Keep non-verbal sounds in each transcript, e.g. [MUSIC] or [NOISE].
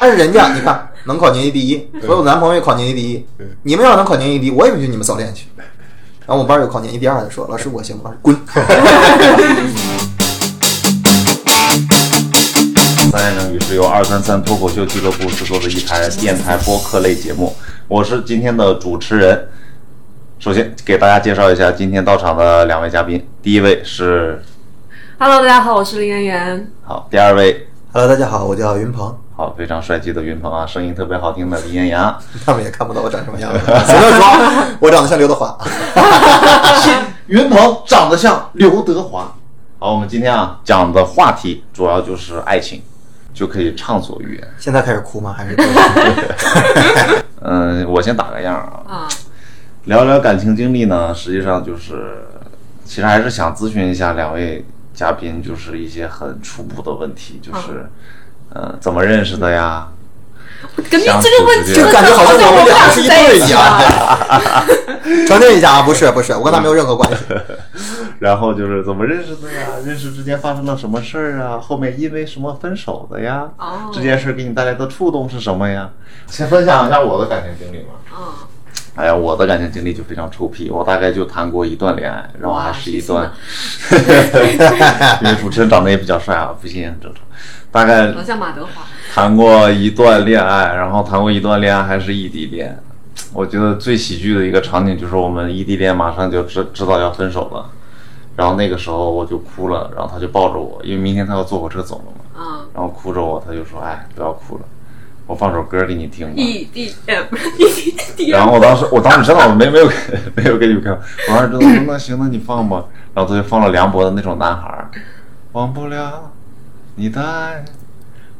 但是人家你看能考年级第一，所有男朋友也考年级第一对，你们要能考年级第一，我也不去你们早恋去。然后我们班有考年级第二的说：“老师我行吗？”滚。三言两语是由二三三脱口秀俱乐部制作的一台电台播客类节目，我是今天的主持人。首先给大家介绍一下今天到场的两位嘉宾，第一位是 Hello，大家好，我是林媛媛。好，第二位 [LAUGHS] Hello，大家好，我叫云鹏，好，非常帅气的云鹏啊，声音特别好听的林彦阳，他们也看不到我长什 [LAUGHS] 么样子，随便说，我长得像刘德华。云鹏长得像刘德华，好，我们今天啊讲的话题主要就是爱情，就可以畅所欲言。 [LAUGHS] 现在开始哭吗？还 [LAUGHS] 是嗯，我先打个样啊，啊，聊聊感情经历呢，实际上就是，其实还是想咨询一下两位嘉宾，就是一些很初步的问题，就是，呃，怎么认识的呀？感觉这个问题这感觉好像我们俩是一在对一一起样了。 [LAUGHS] 澄清一下啊，不是不是，我跟他没有任何关系。然后就是怎么认识的呀？认识之间发生了什么事儿啊？后面因为什么分手的呀？哦这件事给你带来的触动是什么呀？先分享一下我的感情经历吧。嗯，哎呀，我的感情经历就非常臭屁，我大概就谈过一段恋爱，然后还是一段， [LAUGHS] 因为主持人长得也比较帅啊，不信也很正常。大概我嗯像马德华。谈过一段恋爱，然后谈过一段恋爱还是异地恋。我觉得最喜剧的一个场景就是我们异地恋马上就知知道要分手了，然后那个时候我就哭了，然后他就抱着我，因为明天他要坐火车走了嘛，嗯然后哭着我，他就说：“哎，不要哭了，我放首歌给你听吧。” ，E D M E [LAUGHS] D 然 M。后我当时，我当时真的我没没有没有给 [LAUGHS] 你们看，我当时真的说那行，那你放吧。然后他就放了梁博的那种男孩儿，忘不了你的爱，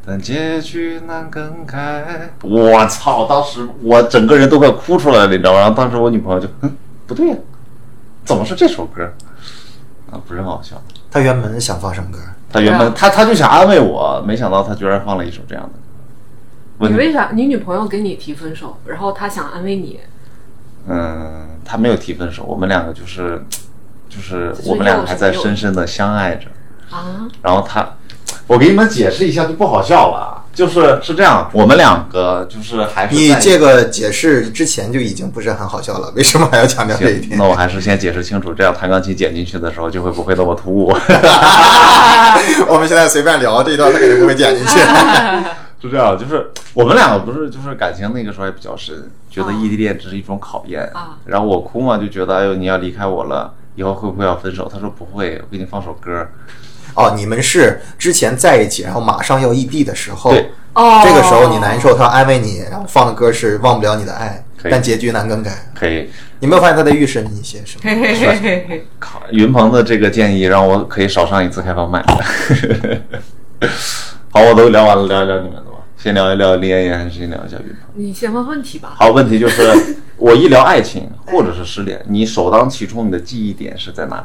但结局难更改。我操！当时我整个人都快哭出来了，你知道吗？然后当时我女朋友就， [LAUGHS] 嗯，不对呀、怎么是这首歌？啊，不是很好笑。他原本想放什么歌？他原本对啊他他就想安慰我，没想到他居然放了一首这样的。问你题为啥你女朋友跟你提分手，然后她想安慰你，嗯，他没有提分手，我们两个就是，就是就是我们两个还在又是又深深的相爱着。啊，然后他，我给你们解释一下就不好笑了，就是是这样，我们两个就是还是你在这个解释之前就已经不是很好笑了，为什么还要强调这一行，点那？我还是先解释清楚，这样弹钢琴剪进去的时候就会不会那么突 [LAUGHS] 兀。我们现在随便聊这一段，他肯定不会剪进 [LAUGHS] 去。是这样，就是我们两个不是就是感情那个时候还比较深，觉得异地恋只是一种考验。啊然后我哭嘛，就觉得哎呦你要离开我了，以后会不会要分手？他说不会，我给你放首歌。哦，你们是之前在一起，然后马上要异地的时候，对哦这个时候你难受，他要安慰你，然后放的歌是《忘不了你的爱可》，以但结局难更改。可以，你没有发现他在预示你一些什么？ [LAUGHS] 嘿嘿嘿嘿嘿，靠，云鹏的这个建议让我可以少上一次开放麦。 [LAUGHS] 好，我都聊完了，聊一聊你们的吧。先聊一聊林妍妍，还是先聊一下云鹏？你先问问题吧。好，问题就是 [LAUGHS] 我一聊爱情或者是失恋，你首当其冲你的记忆点是在哪里？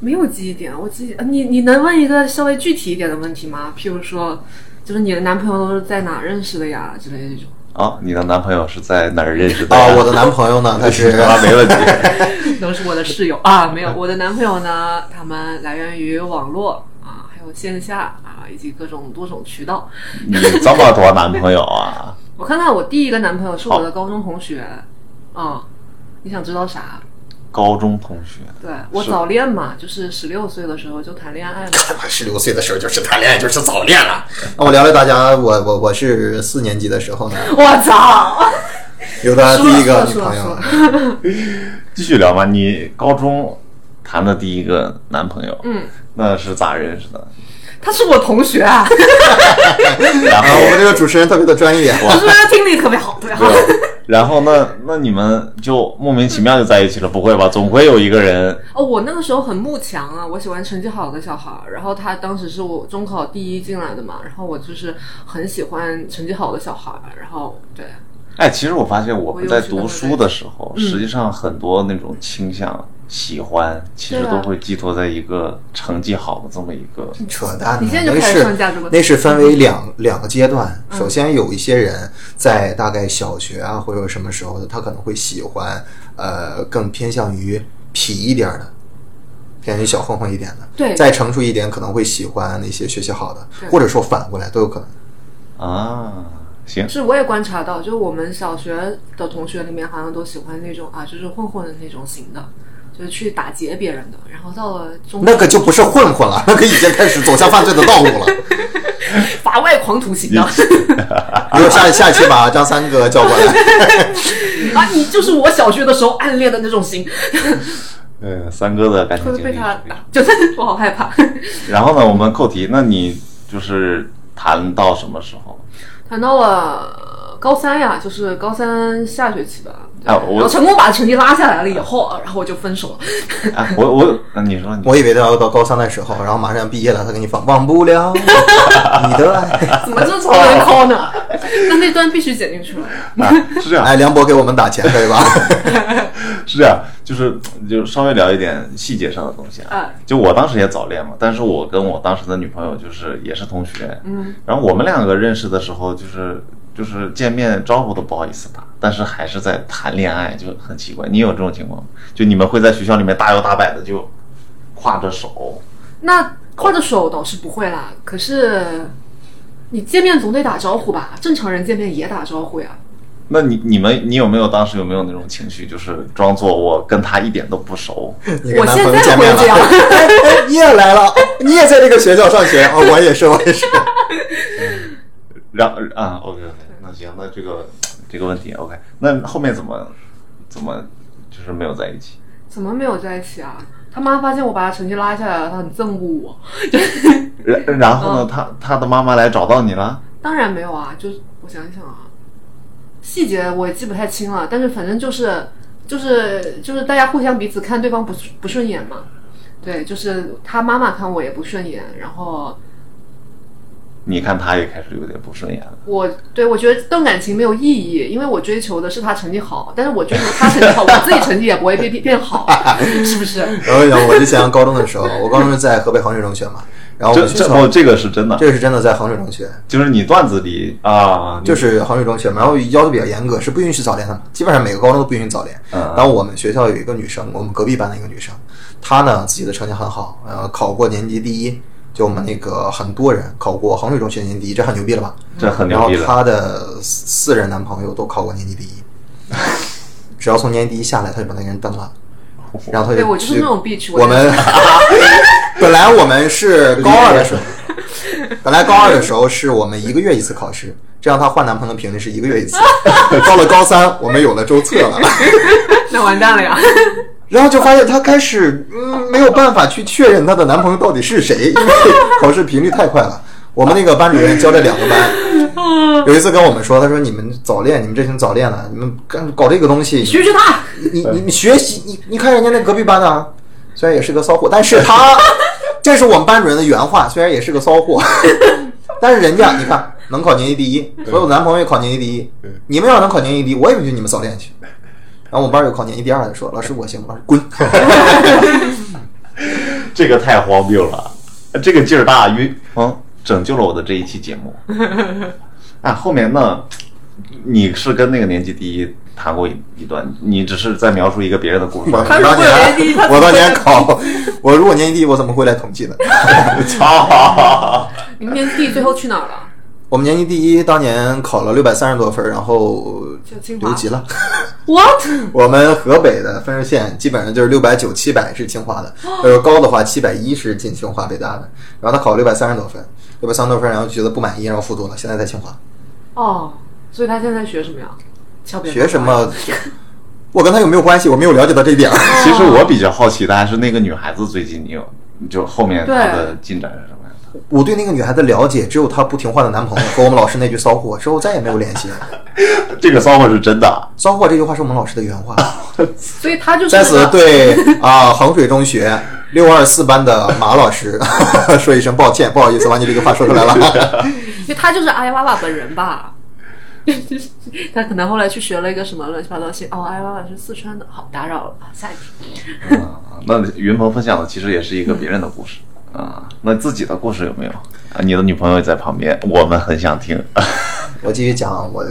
没有记忆点，我记忆呃你你能问一个稍微具体一点的问题吗？譬如说，就是你的男朋友都是在哪认识的呀之类的这种。啊，你的男朋友是在哪儿认识的呀？啊，我的男朋友呢？他是 [LAUGHS] 啊，没问题。都是我的室友啊，没有我的男朋友呢，他们来源于网络啊，还有线下啊，以及各种多种渠道。你这么多男朋友啊？我看看我第一个男朋友是我的高中同学，嗯，你想知道啥？高中同学，对我是早恋嘛，就是十六岁的时候就谈恋爱嘛。 [LAUGHS] 十六岁的时候就是谈恋爱，就是早恋了。那我聊聊大家，我我我是四年级的时候呢，我操！有了第一个女说了朋说友了，继续聊吧。你高中谈的第一个男朋友，嗯，那是咋认识的？他是我同学 [LAUGHS] 啊，然啊，后我们这个主持人特别的专业。我是不是听力特别好？特啊别好。对，然后那那你们就莫名其妙就在一起了？不会吧？总会有一个人哦，我那个时候很慕强啊，我喜欢成绩好的小孩儿。然后他当时是我中考第一进来的嘛，然后我就是很喜欢成绩好的小孩儿。然后对，哎，其实我发现我我们有在去那读个书的时候，嗯实际上很多那种倾向、喜欢，其实对啊都会寄托在一个成绩好的这么一个。扯淡呢！你现在就那开始是上价值观嗯那是分为两两个阶段。首先，有一些人在大概小学啊或者什么时候的，他可能会喜欢，呃，更偏向于痞一点儿的，偏向于小混混一点的。对再成熟一点，可能会喜欢那些学习好的对，或者说反过来都有可能。啊，行，是我也观察到，就是我们小学的同学里面好像都喜欢那种啊，就是混混的那种型的，就是去打劫别人的。然后到了中那个就不是混混了，那个已经开始走向犯罪的道路了。 [LAUGHS] 法外狂徒型的如果哎下下一期把张三哥叫过来， [LAUGHS] [LAUGHS] 啊，你就是我小学的时候暗恋的那种型， [LAUGHS] 呃，三哥的感会情不会经被历。他打？就是我好害怕。然后呢，我们扣题，那你就是谈到什么时候？谈到了高三呀，就是高三下学期吧。对啊然我后成功把成绩拉下来了以后，然后我就分手了。啊，我我，那你说你我以为他要到高三的时候，然后马上要毕业了，他给你放忘不了你的爱。怎么就从哦人抠呢？ [LAUGHS] 那那段必须剪进去了。啊， [LAUGHS] 是这样，哎，梁博给我们打钱可以 [LAUGHS] 吧？是这样，就是就稍微聊一点细节上的东西啊嗯。就我当时也早恋嘛，但是我跟我当时的女朋友就是也是同学，嗯，然后我们两个认识的时候就是。就是见面招呼都不好意思打，但是还是在谈恋爱，就很奇怪。你有这种情况吗？就你们会在学校里面大摇大摆的就挎着手，那挎着手倒是不会啦，可是你见面总得打招呼吧？正常人见面也打招呼呀。那你你们你有没有当时有没有那种情绪，就是装作我跟他一点都不熟？你跟我男现朋友在啊见面会这了，样哎哎 [LAUGHS] 你也来了， [LAUGHS] 你也在这个学校上学 [LAUGHS] 哦，我也是，我也是。然后啊，OK OK，那行，那这个这个问题 OK，那后面怎么怎么就是没有在一起？怎么没有在一起啊？他妈发现我把他成绩拉下来了，他很憎恶我。 [LAUGHS] 然然后呢，他他的妈妈来找到你了，当然没有啊，就是我想想啊，细节我也记不太清了，但是反正就是就是就是大家互相彼此看对方不顺不顺眼嘛。对，就是他妈妈看我也不顺眼，然后你看他也开始有点不顺眼了。我对我觉得这段感情没有意义，因为我追求的是他成绩好，但是我追求他成绩好，我自己成绩也不会变变变好，是不是？然后讲，我之前高中的时候，我高中是在河北衡水中学嘛，然后我这们学这校不这个是真的，这个是真的在衡水中学，就是你段子里啊，就是是衡水中学嘛，然后要求比较严格，是不允许早恋的嘛，基本上每个高中都不允许早恋。嗯然后我们学校有一个女生，我们隔壁班的一个女生，她呢自己的成绩很好，呃，考过年级第一，就我们那个很多人考过衡水中学年级第一，这很牛逼了吧？这很然牛后逼的。她的四任男朋友都考过年级第一， [LAUGHS] 只要从年级第一下来，她就把那个人蹬了。然后她就对我就是那种 bitch，我们 [LAUGHS] 本来我们是高二的时候，本来高二的时候是我们一个月一次考试，这样她换男朋友的频率是一个月一次。 [LAUGHS] 到了高三，我们有了周测了， [LAUGHS] 那完蛋了呀！然后就发现她开始嗯没有办法去确认她的男朋友到底是谁，因为考试频率太快了。我们那个班主任教这两个班，有一次跟我们说，他说你们早恋，你们这群早恋啊了，你们干搞这个东西，学学他，你你你学习，你你看人家那隔壁班的、啊，虽然也是个骚货，但是他，这是我们班主任的原话，虽然也是个骚货， [LAUGHS] 但是人家你看能考年级第一，所有男朋友也考年级第一，你们要能考年级第一，我也允许你们早恋去。然后我们班有考年级第二的说：“老师我行，老师滚。这个太荒谬了，这个劲儿大晕，嗯，拯救了我的这一期节目。 [LAUGHS] 啊，后面呢，你是跟那个年级第一谈过一一段，你只是在描述一个别人的故事。 [LAUGHS] 我他如当果有年级第一年他怎么我当年会考，我如果年级第一，我怎么会来统计的？操！你们年级第一最后去哪儿了？我们年级第一当年考了六百三十多分儿，然后就清华留级了。 ？What？我们河北的分数线基本上就是六百九、七百是清华的，哦呃，高的话七百一是进清华北大的。然后他考六百三十多分，六百三十多分，然后觉得不满意，然后复读了，现在在清华哦，所以他现在学什么呀？翘别人学什么？我跟他有没有关系？我没有了解到这一点儿。其实我比较好奇的还是那个女孩子最近你有，就后面她的进展是什么样的？我对那个女孩的了解只有她不听话的男朋友和我们老师那句骚货，之后再也没有联系了。这个骚货是真的，啊骚货这句话是我们老师的原话。 [LAUGHS] 所以他 [LAUGHS] 就是在那此个对啊、衡水中学六二四班的马老师 [LAUGHS] 说一声抱歉，不好意思，把你这句话说出来了。 [LAUGHS] 因为他就是阿里巴巴本人吧。 [LAUGHS] 他可能后来去学了一个什么乱七八糟的信哦，阿里巴巴是四川的。好，打扰了，好，下一题。嗯那云鹏分享的其实也是一个别人的故事啊、那自己的故事有没有？啊，你的女朋友也在旁边，我们很想听。 [LAUGHS] 我继续讲我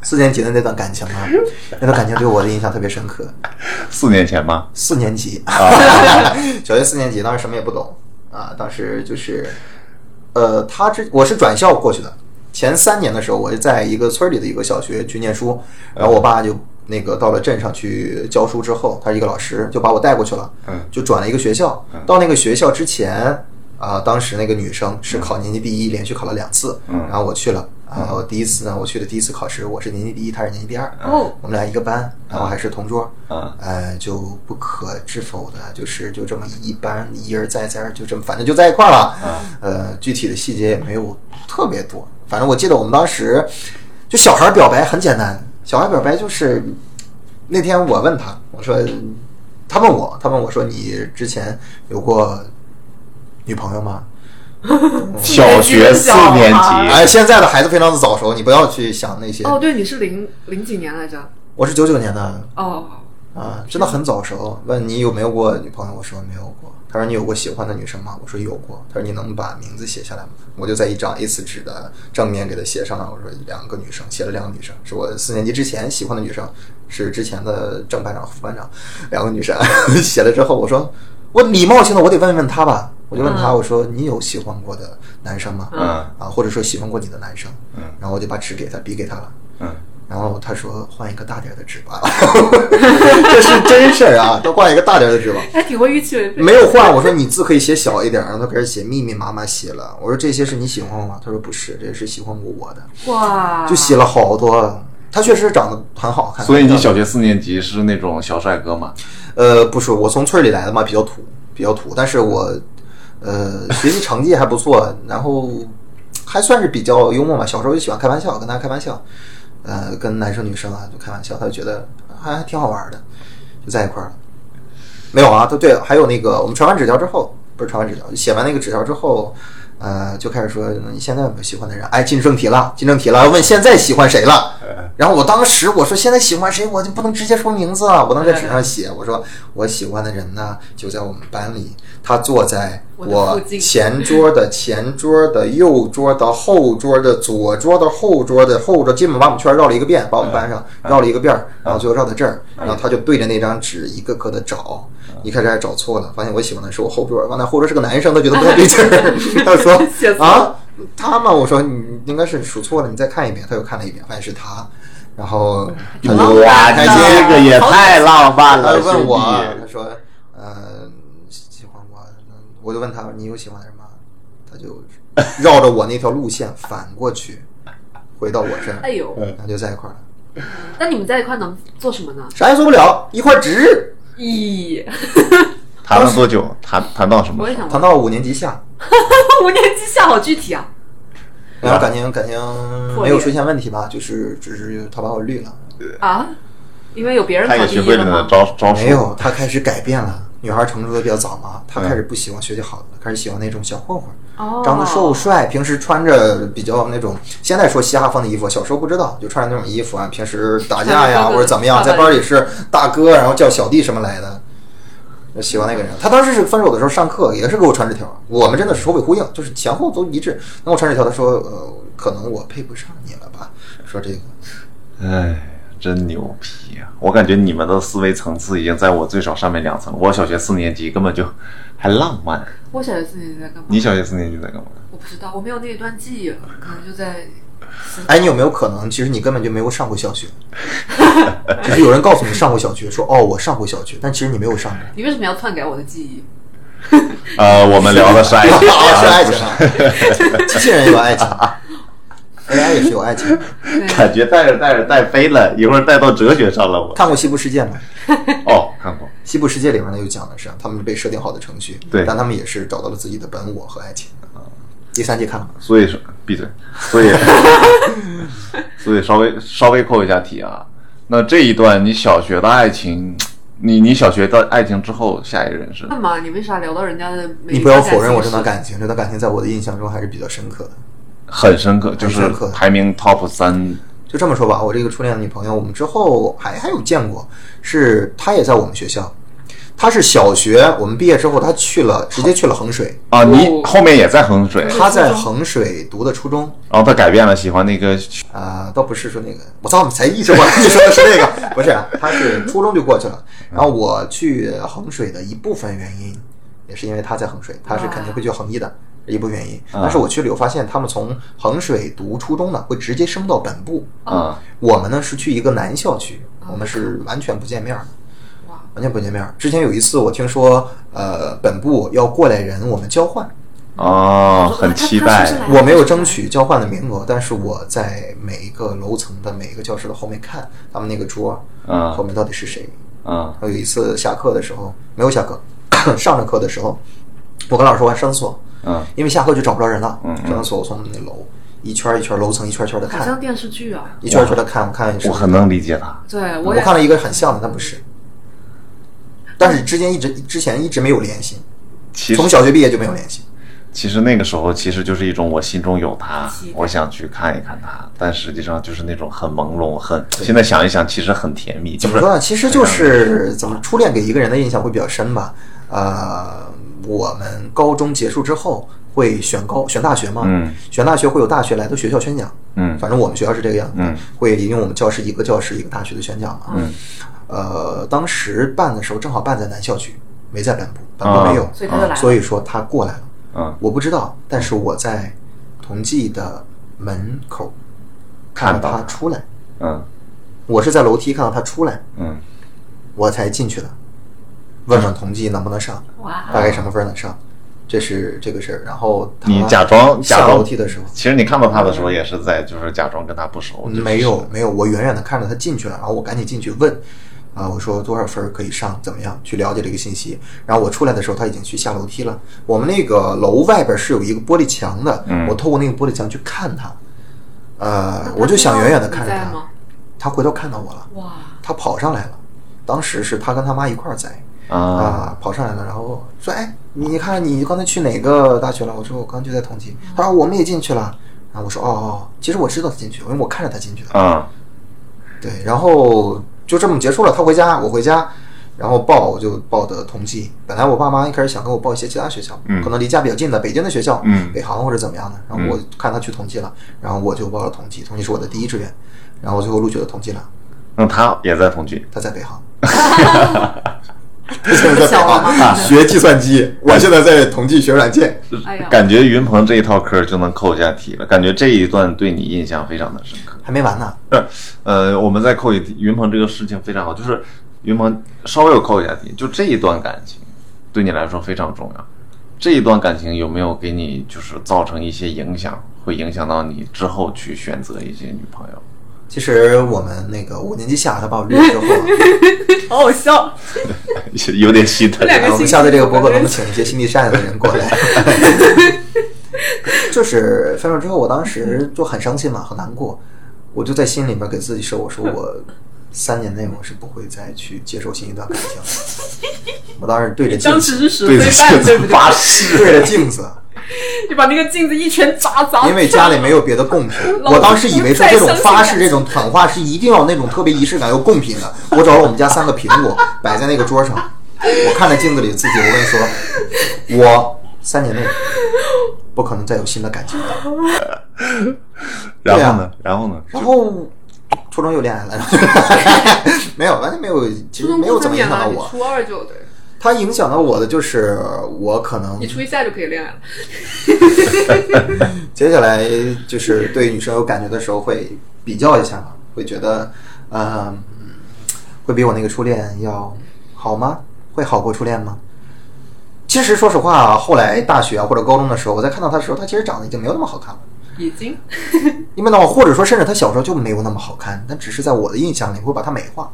四年级的那段感情啊，那段感情对我的印象特别深刻。四年前吗？四年级，啊 [LAUGHS] 小学四年级，当时什么也不懂啊，当时就是，呃，他之我是转校过去的，前三年的时候，我是在一个村里的一个小学去念书，然后我爸就那个到了镇上去教书之后，他是一个老师，就把我带过去了，嗯，就转了一个学校。到那个学校之前，啊、当时那个女生是考年级第一，连续考了两次，嗯然后我去了，啊，我第一次呢，我去的第一次考试，我是年级第一，她是年级第二，哦，我们俩一个班，然后还是同桌，啊呃，就不可置否的，就是就这么一般一而再再而就这么，反正就在一块儿了。呃，具体的细节也没有特别多，反正我记得我们当时就小孩儿表白很简单，小孩儿表白就是那天我问他，我说他问我，他问我说你之前有过女朋友吗？嗯小学四年级，哎，现在的孩子非常的早熟，你不要去想那些。哦，对，你是零零几年来着？我是九九年的，哦，啊，真的很早熟。问你有没有过女朋友，我说没有过。他说你有过喜欢的女生吗？我说有过。他说你能把名字写下来吗？我就在一张 A4 纸的正面给他写上了，我说两个女生，写了两个女生，是我四年级之前喜欢的女生，是之前的正班长、副班长，两个女生。 [LAUGHS] 写了之后，我说我礼貌性的我得问问他吧，我就问他，我说你有喜欢过的男生吗？嗯啊，或者说喜欢过你的男生？嗯然后我就把纸给他，笔给他了。嗯，然后他说换一个大点儿的纸吧， [LAUGHS] 这是真事儿啊，他换一个大点儿的纸吧。还挺会预期人没有换，我说你字可以写小一点儿，然后他开始写密密麻麻写了。我说这些是你喜欢我吗？他说不是，这是喜欢过我的，哇，就写了好多。他确实长得很好看，所以你小学四年级是那种小帅哥嘛？呃不是我从村儿里来的嘛，比较土，比较土，但是我呃学习成绩还不错，然后还算是比较幽默嘛。小时候就喜欢开玩笑，跟大家开玩笑，呃跟男生女生啊就开玩笑，他就觉得还还挺好玩儿的，就在一块儿了。没有啊，都对，还有那个我们传完纸条之后，不是传完纸条，写完那个纸条之后，呃，就开始说你现在有没有喜欢的人？哎，进正题了，进正题了，问现在喜欢谁了？然后我当时我说现在喜欢谁，我就不能直接说名字啊，我能在纸上写，我说我喜欢的人呢就在我们班里，他坐在我的我附近前桌的前桌的右桌的后桌的左桌的后桌的后桌，基本把我们圈绕了一个遍，把我们班上嗯绕了一个遍儿，然后最后绕到这儿，然后他就对着那张纸一个个的找，一开始还找错了，发现我喜欢的是我后桌，完了后桌是个男生，他觉得不太对劲 [LAUGHS] 儿，他写说错啊他嘛，我说你应该是数错了，你再看一遍，他又看了一遍，发现是他，然后他就哇，开心这个也太浪漫他了，就问我，兄他说，呃，喜欢我，那我就问他你有喜欢的人吗？他就绕着我那条路线反过去，回到我这哎儿，呦，然后就在一块儿了，那你们在一块能做什么呢？啥也做不了，一块儿值日。咦，弟谈了多久？谈谈到什么我也时候？想谈问，到五年级下， [LAUGHS] 五年级下好具体啊！然后感情感情没破裂有出现问题吧，就是只是他把我绿了，啊，因为有别人他考也第学一会了了你的吗？招招数，没有，他开始改变了。女孩成熟的比较早嘛，她开始不喜欢学习好的，开始喜欢那种小混混，哦，长得瘦帅，平时穿着比较那种现在说嘻哈风的衣服，小时候不知道，就穿着那种衣服啊，平时打架呀穿着哥哥或者怎么样，大哥在班里是大哥，然后叫小弟什么来的，就喜欢那个人。他当时是分手的时候上课也是给我传纸条，我们真的是首尾呼应，就是前后都一致。那我传纸条，他说呃，可能我配不上你了吧，说这个。哎，真牛逼啊！我感觉你们的思维层次已经在我最少上面两层。我小学四年级根本就还浪漫，我小学四年级在干嘛？你小学四年级在干嘛？我不知道，我没有那一段记忆，可能就在哎，你有没有可能，其实你根本就没有上过小学，只是有人告诉你上过小学，说哦我上过小学，但其实你没有上过。你为什么要篡改我的记忆？呃，我们聊的 [LAUGHS] 是爱情，啊，是 [LAUGHS] 爱情啊，机器人也有爱情，AI 也是有爱情。感觉带着带着带飞了，一会儿带到哲学上了我。看过《西部世界》吗？哦，看过， 《西部世界》里面呢，就讲的是他们被设定好的程序，对但他们也是找到了自己的本我和爱情。啊第三季看了吗？所以说闭嘴，所以 [LAUGHS] 所以稍微稍微扣一下题啊。那这一段你小学的爱情，你你小学的爱情之后，下一任是干嘛？你为啥聊到人家的美？你不要否认我这段感情，这段感情在我的印象中还是比较深刻的。很深刻，就是很深刻排名 top 三就这么说吧，我这个初恋的女朋友，我们之后还还有见过，是她也在我们学校，她是小学，我们毕业之后，她去了，直接去了衡水，啊。你哦后面也在衡水，她在衡水读的初中，然后他改变了，喜欢那个啊、倒不是说那个，我操，才意识过来你说的是那个，不是啊，他是初中就过去了。然后我去衡水的一部分原因，也是因为他在衡水，他是肯定会去衡一的，一部原因。啊但是我去了以后发现，他们从衡水读初中的会直接升到本部，啊我们呢是去一个南校区，哦我们是完全不见面儿的。哇，完全不见面儿。之前有一次，我听说，呃，本部要过来人，我们交换，哦，很期他待他是不是来我没有争取交换的名额，但是我在每一个楼层的每一个教室的后面看他们那个桌，嗯后面到底是谁。啊然后有一次下课的时候，没有下课， [COUGHS] 上着课的时候，我跟老师说我上厕所，嗯因为下课就找不着人了嗯，嗯上厕所我从那楼一圈一圈楼层一圈一圈的好像看，电视剧啊。一圈一圈的看，我看是我很能理解他。对，我也看了一个很像的，但不是。但是之间一直之前一直没有联系，其实从小学毕业就没有联系。其实那个时候其实就是一种我心中有他期待，我想去看一看他，但实际上就是那种很朦胧，很现在想一想其实很甜蜜，就怎是么说呢？其实就是怎么初恋给一个人的印象会比较深吧。呃，我们高中结束之后会选高选大学嘛，嗯选大学会有大学来的学校宣讲，嗯反正我们学校是这个样子，嗯会引用我们教室一个教室一个大学的宣讲嘛，嗯，呃，当时办的时候正好办在南校区，没在本部，本部没有，啊所以他就来了所以说他过来了，嗯我不知道，但是我在同济的门口看到到他他出来，嗯我是在楼梯看到他出来，嗯我才进去的，问问同济能不能上，哇，大概什么分儿能上，这是这个事儿。然后他你假装假下装楼梯的时候，其实你看到他的时候也是在就是假装跟他不熟，就是没有没有，我远远的看着他进去了，然后我赶紧进去问，啊、我说多少分儿可以上，怎么样去了解这个信息。然后我出来的时候，他已经去下楼梯了。我们那个楼外边是有一个玻璃墙的，嗯我透过那个玻璃墙去看他，呃，啊他我就想远远的看着知道你在他吗，他回头看到我了，哇，他跑上来了，当时是他跟他妈一块儿在。啊啊，跑上来了，然后说：“哎，你你看你刚才去哪个大学了？”我说：“我刚就在同济。”他说：“啊我们也进去了。”然后我说：“哦哦，其实我知道他进去，因为我看着他进去的。啊”对，然后就这么结束了。他回家，我回家，然后报我就报的同济。本来我爸妈一开始想给我报一些其他学校，嗯可能离家比较近的北京的学校，嗯北航或者怎么样的。然后我看他去同济了，然后我就报了同济，同济是我的第一志愿，然后我最后录取了同济了。那他也在同居，他在北 [LAUGHS] 航。他现在在北小了吗航啊学计算机，我现在在同济学软件。哎呀，感觉云鹏这一套嗑就能扣一下题了，感觉这一段对你印象非常的深刻。还没完呢，呃，我们再扣一题，云鹏这个事情非常好，就是云鹏稍微有扣一下题，就这一段感情对你来说非常重要。这一段感情有没有给你就是造成一些影响，会影响到你之后去选择一些女朋友？ [LAUGHS] 其实我们那个五年级下，他把我绿了之后，啊好好笑，有点心疼。啊两哎我们下次这个博客能不能请一些心地善良的人过来？就是分手之后，我当时就很伤心嘛，很难过，我就在心里面给自己说，我说我三年内我是不会再去接受新一段感情了。我当时对着镜当时子，是十对岁着半，对不这对？发誓，对着镜子，你把那个镜子一拳砸砸，因为家里没有别的贡 [LAUGHS] 品，我当时以为说这种发誓、这种喊话是一定要那种特别仪式感有贡品的。我找了我们家三个苹果摆在那个桌上，我看着镜子里自己，我跟你说，我三年内不可能再有新的感情了。然后呢？然后呢？然后初中又恋爱了， [LAUGHS] 没有，完全没有，其初实中没有不怎分么娩影响到了，你我。嗯初二就对，它影响到我的就是我可能你初一下就可以恋爱了。接下来就是对女生有感觉的时候，会比较一下嘛，会觉得，呃，会比我那个初恋要好吗？会好过初恋吗？其实说实话啊，后来大学啊或者高中的时候，我在看到她的时候，她其实长得已经没有那么好看了。已经，因为呢，或者说甚至她小时候就没有那么好看，但只是在我的印象里会把她美化，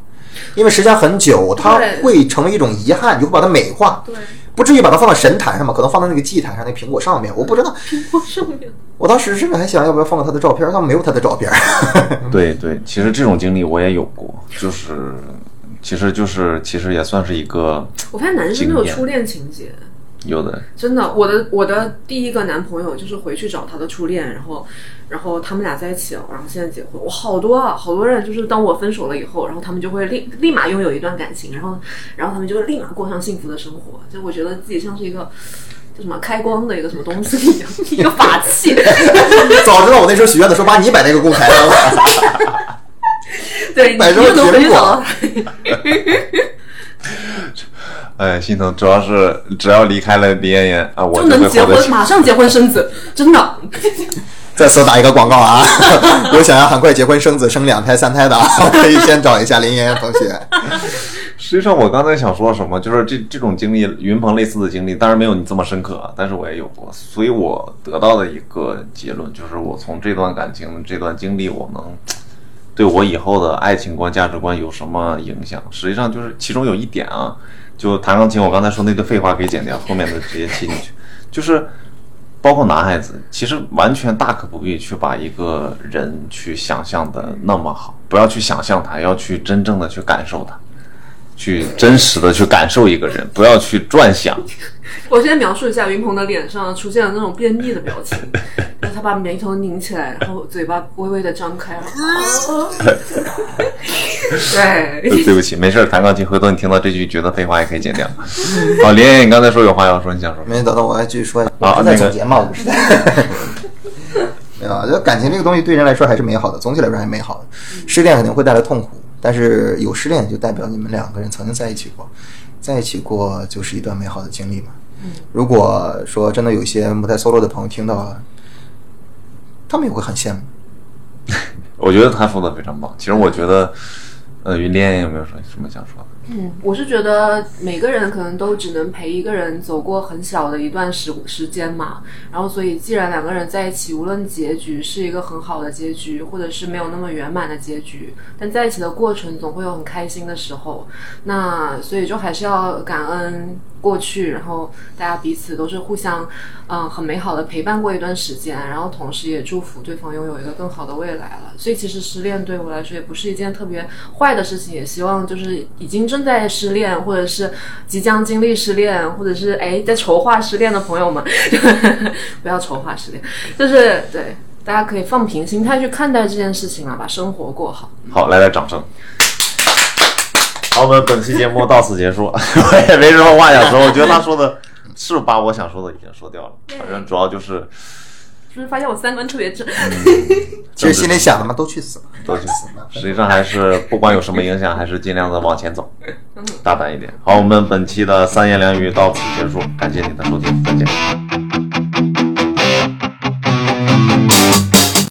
因为时间很久，她对会成为一种遗憾，你会把她美化，对，不至于把它放到神坛上嘛，可能放到那个祭坛上，那苹果上面，我不知道。我嗯上面我当时甚至还想要不要放个他的照片，但没有他的照片。 [LAUGHS] 对对，其实这种经历我也有过，就是，其实就是，其实也算是一个我发现男生都有初恋情节。有的真的，我的我的第一个男朋友就是回去找他的初恋，然后，然后他们俩在一起了，然后现在结婚。我好多啊，好多人就是当我分手了以后，然后他们就会立立马拥有一段感情，然后，然后他们就会立马过上幸福的生活。就我觉得自己像是一个叫什么开光的一个什么东西一样，一个法 [LAUGHS] 器。早知道我那时候许愿的时候把你摆在一个公台上了。对，你摆又上了能回去苹果找到他。哎，心疼，主要是只要离开了李艳艳啊，我就会能结活得婚，清马上结婚生子，真的。 [LAUGHS] 再次打一个广告啊！ [LAUGHS] 有想要很快结婚生子、生两胎、三胎的啊， [LAUGHS] 可以先找一下林妍妍同学。实际上，我刚才想说什么，就是这这种经历，云鹏类似的经历，当然没有你这么深刻啊，但是我也有过，所以我得到的一个结论就是，我从这段感情、这段经历，我能对我以后的爱情观、价值观有什么影响？实际上，就是其中有一点啊，就弹钢琴，我刚才说那堆废话给剪掉，后面的直接切进去，就是。包括男孩子，其实完全大可不必去把一个人去想象的那么好，不要去想象他，要去真正的去感受他。去真实的去感受一个人，不要去转想。 [LAUGHS] 我先描述一下云鹏的脸上出现了那种便秘的表情，然后他把眉头拧起来，然后嘴巴微微的张开，然后 [LAUGHS] 对，呃对不起，没事儿，弹钢琴。回头你听到这句觉得废话也可以剪掉。 [LAUGHS] 好，林燕，你刚才说有话要说，你想说什么？没等等，我还继续说，我是啊在那个总结嘛，我不 [LAUGHS] 是在。没有啊，就感情这个东西对人来说还是美好的，总体来说还是美好的。失恋肯定会带来痛苦，但是有失恋就代表你们两个人曾经在一起过，在一起过就是一段美好的经历嘛。如果说真的有一些不太 solo 的朋友听到了，他们也会很羡慕。我觉得他说的非常棒。其实我觉得，呃，林燕有没有说什么想说的？嗯，我是觉得每个人可能都只能陪一个人走过很小的一段时时间嘛，然后所以既然两个人在一起，无论结局是一个很好的结局，或者是没有那么圆满的结局，但在一起的过程总会有很开心的时候，那所以就还是要感恩过去，然后大家彼此都是互相，嗯、很美好的陪伴过一段时间，然后同时也祝福对方拥有一个更好的未来了。所以其实失恋对我来说也不是一件特别坏的事情，也希望就是已经正在失恋，或者是即将经历失恋，或者是哎在筹划失恋的朋友们， [LAUGHS] 不要筹划失恋，就是对。大家可以放平心态去看待这件事情啊，把生活过好。好，来点掌声。好，我们本期节目到此结束。 [LAUGHS] 我也没什么话想说，我觉得他说的是把我想说的已经说掉了。反正主要就是是不是发现我三观特别正？其实心里想的嘛，都去死吧，都去死实际上还是不管有什么影响，还是尽量的往前走，大胆一点。好，我们本期的三言两语到此结束，感谢您的收听，再见。